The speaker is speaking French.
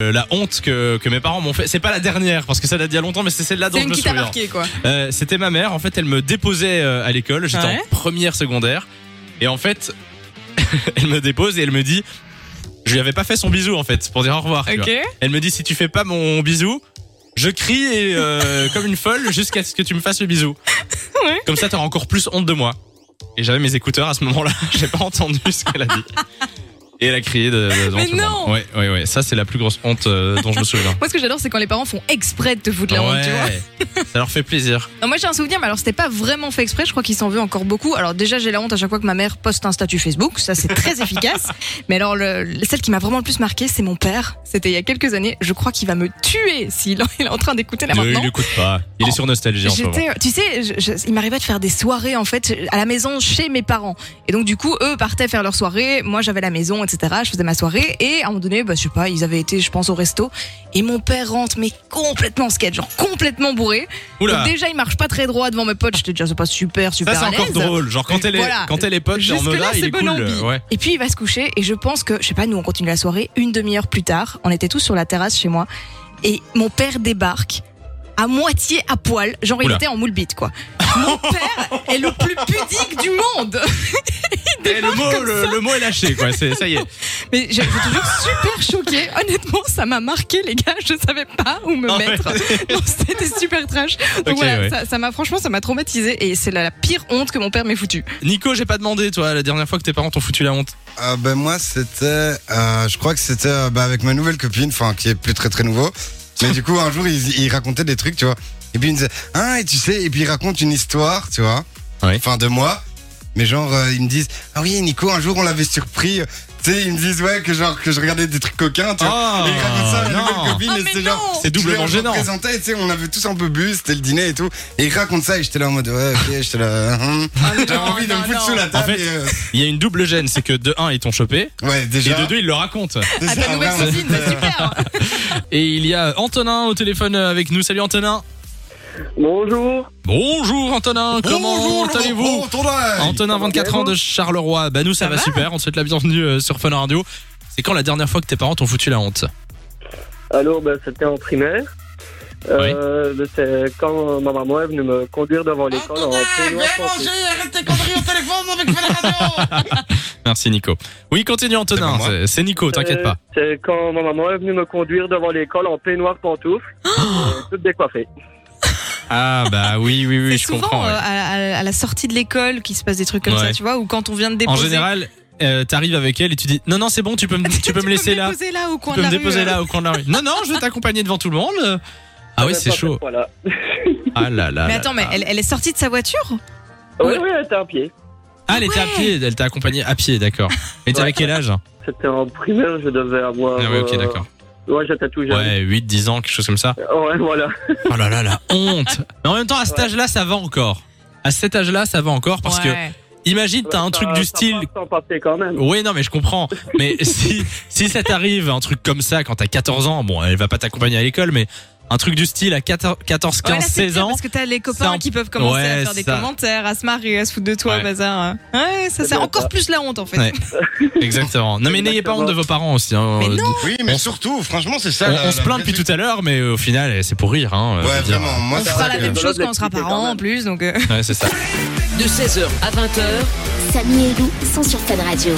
Euh, la honte que, que mes parents m'ont fait. C'est pas la dernière, parce que ça date d'il y a longtemps, mais c'est celle-là dont C'est je une me qui t'a souviens. marqué, quoi. Euh, C'était ma mère, en fait, elle me déposait euh, à l'école, j'étais Ouais. en première secondaire, et en fait, elle me dépose et elle me dit, je lui avais pas fait son bisou, en fait, pour dire au revoir. tu vois. Ok. Elle me dit, si tu fais pas mon bisou, je crie et, euh, comme une folle jusqu'à ce que tu me fasses le bisou. Ouais. Comme ça, t'auras encore plus honte de moi. Et j'avais mes écouteurs à ce moment-là, j'ai pas entendu ce qu'elle a dit. Et elle a crié de, de- devant Mais tout le monde. non Ouais, ouais, ouais. Ça, c'est la plus grosse honte euh, dont je me souviens. Moi, ce que j'adore, c'est quand les parents font exprès de te foutre la honte, tu vois. Ouais, ça leur fait plaisir. Non, moi, j'ai un souvenir, mais alors, c'était pas vraiment fait exprès. Je crois qu'il s'en veut encore beaucoup. Alors, déjà, j'ai la honte à chaque fois que ma mère poste un statut Facebook. Ça, c'est très efficace. Mais alors, le- celle qui m'a vraiment le plus marqué, c'est mon père. C'était il y a quelques années. Je crois qu'il va me tuer s'il il est en train d'écouter là maintenant. oh, écoute pas. Il est sur nostalgie en ce moment. J'étais, tu sais, je- je- il m'arrivait de faire des soirées en fait à la maison chez mes parents. Et donc du coup, eux partaient faire leur soirée, moi j'avais la maison, etc. Je faisais ma soirée et à un moment donné, bah, je sais pas, ils avaient été, je pense, au resto. Et mon père rentre mais complètement sketch, genre complètement bourré. Oula. Donc, déjà, il marche pas très droit devant mes potes. J'étais déjà, c'est pas super, super Ça, c'est à l'aise. encore drôle. Genre, quand elle est, Voilà. quand elle est pote, genre, en mode, Jusque-là, ah, il c'est est bon cool. ambi. Ouais. Et puis il va se coucher et je pense que, je sais pas, nous on continue la soirée, une demi-heure plus tard, on était tous sur la terrasse chez moi et mon père débarque à moitié à poil, genre il Oula. était en moule bite quoi. Mon père est le plus pudique du monde. Et Eh, le mot, le, le mot est lâché, quoi. C'est, ça y est. Mais j'ai- j'étais toujours super choquée. Honnêtement, ça m'a marqué les gars, je savais pas où me Ah ouais. mettre. Non, C'était super trash. Donc Ok, voilà, ouais. ça- ça m'a franchement ça m'a traumatisée et c'est la, la pire honte que mon père m'ait foutue. Nico, j'ai pas demandé, toi, la dernière fois que tes parents t'ont foutu la honte. Euh, ben moi c'était, euh, je crois que c'était euh, bah, avec ma nouvelle copine, enfin qui est plus très très nouveau. Mais du coup un jour il, il racontait des trucs, tu vois. Et puis il me disait, ah et tu sais, et puis il raconte une histoire, tu vois. Ouais. Enfin de moi. Mais genre euh, ils me disent, ah oui Nico, un jour on l'avait surpris. Tu sais, ils me disent ouais que genre que je regardais des trucs coquins, tu vois. Ah, Et il raconte ça à ma non. nouvelle copine Ah, et mais c'est non. genre. C'est doublement je l'ai gênant. représenté, tu sais, on avait tous un peu bu, c'était le dîner et tout. Et il raconte ça et j'étais là en mode ouais, ok, j'étais là. hum. J'avais envie de me non, foutre non. sous la table. fait- et, euh, Il y a une double gêne, c'est que de un, ils t'ont chopé, ouais, et déjà. de deux, ils le racontent. À Ah, ta Déjà, nouvelle vraiment, cousine, c'était- bah, super. Et il y a Antonin au téléphone avec nous. Salut Antonin. Bonjour. Bonjour Antonin, comment Laurent, allez-vous bon tournage. Antonin, 24 ans de Charleroi. Bah nous, ça, va, super. On te souhaite la bienvenue euh, sur Fun Radio. C'est quand la dernière fois que tes parents t'ont foutu la honte Alors, ben, c'était en primaire. Euh, ben, c'est quand ma maman est venue me conduire devant l'école en peignoir foncé. Merci Nico. Oui, continue C'est Antonin. pas moi. C'est- C'est Nico, Oh, t'inquiète Euh, pas. C'est quand ma maman est venue me conduire devant l'école en peignoir pantoufle, euh, toute décoiffée. Ah bah oui, oui, oui, C'est je souvent comprends. euh, ouais. à, à- à la sortie de l'école qu'il se passe des trucs comme Ouais. ça, tu vois, ou quand on vient de En déposer. général, euh, t'arrives avec elle et tu dis non, non, c'est bon, tu peux me, tu peux me laisser là. déposer là au coin Tu peux de me la déposer rue, euh. là au coin de la rue. Non, non, je vais t'accompagner devant tout le monde. Ah oui, Ben, c'est pas chaud. cette fois-là. Ah là là. Mais là attends, là. mais elle, elle est sortie de sa voiture Oui, oui, elle était à pied. Ah, elle était à pied, elle t'a accompagné à pied, d'accord. Mais t'avais Ouais. quel âge Ah, C'était en primaire, je devais avoir. Ah ouais, ok, euh, d'accord. Ouais, j'étais tout jeune. Ouais, 8, 10 ans, quelque chose comme ça. Ouais, voilà. Oh là là, la honte Mais en même temps, à cet âge-là, ça va encore. À cet âge-là, ça va encore parce que, imagine, t'as un Ouais, truc ça- du ça style. passe sans passer quand même. Oui, non, mais je comprends. Mais si, si ça t'arrive, un truc comme ça, quand t'as 14 ans, bon, elle va pas t'accompagner à l'école, mais un truc du style à 14, 14 Ouais, 15, là, c'est 16 pire, ans. Parce que t'as les copains ça en- qui peuvent commencer à Ouais, faire des ça. commentaires, à se marrer, à se foutre de toi, Ouais. bazar. hein. Ouais, ça, c'est bien encore ça. plus la honte en fait. Ouais. Exactement. Non, mais n'ayez pas honte de vos parents aussi. hein. Mais non. Oui, mais surtout, franchement, c'est ça. On, la- on se la plaint depuis vraie- tout à l'heure, mais au final, eh, c'est pour rire. Hein, je Ouais, veux dire. vraiment. Moi, On c'est fera vrai la que- même rigolo chose de quand on sera l'expliquer quand parents en même. plus, donc. euh, Ouais, c'est ça. De 16h à 20h, Samy et Lou sont sur Fan Radio.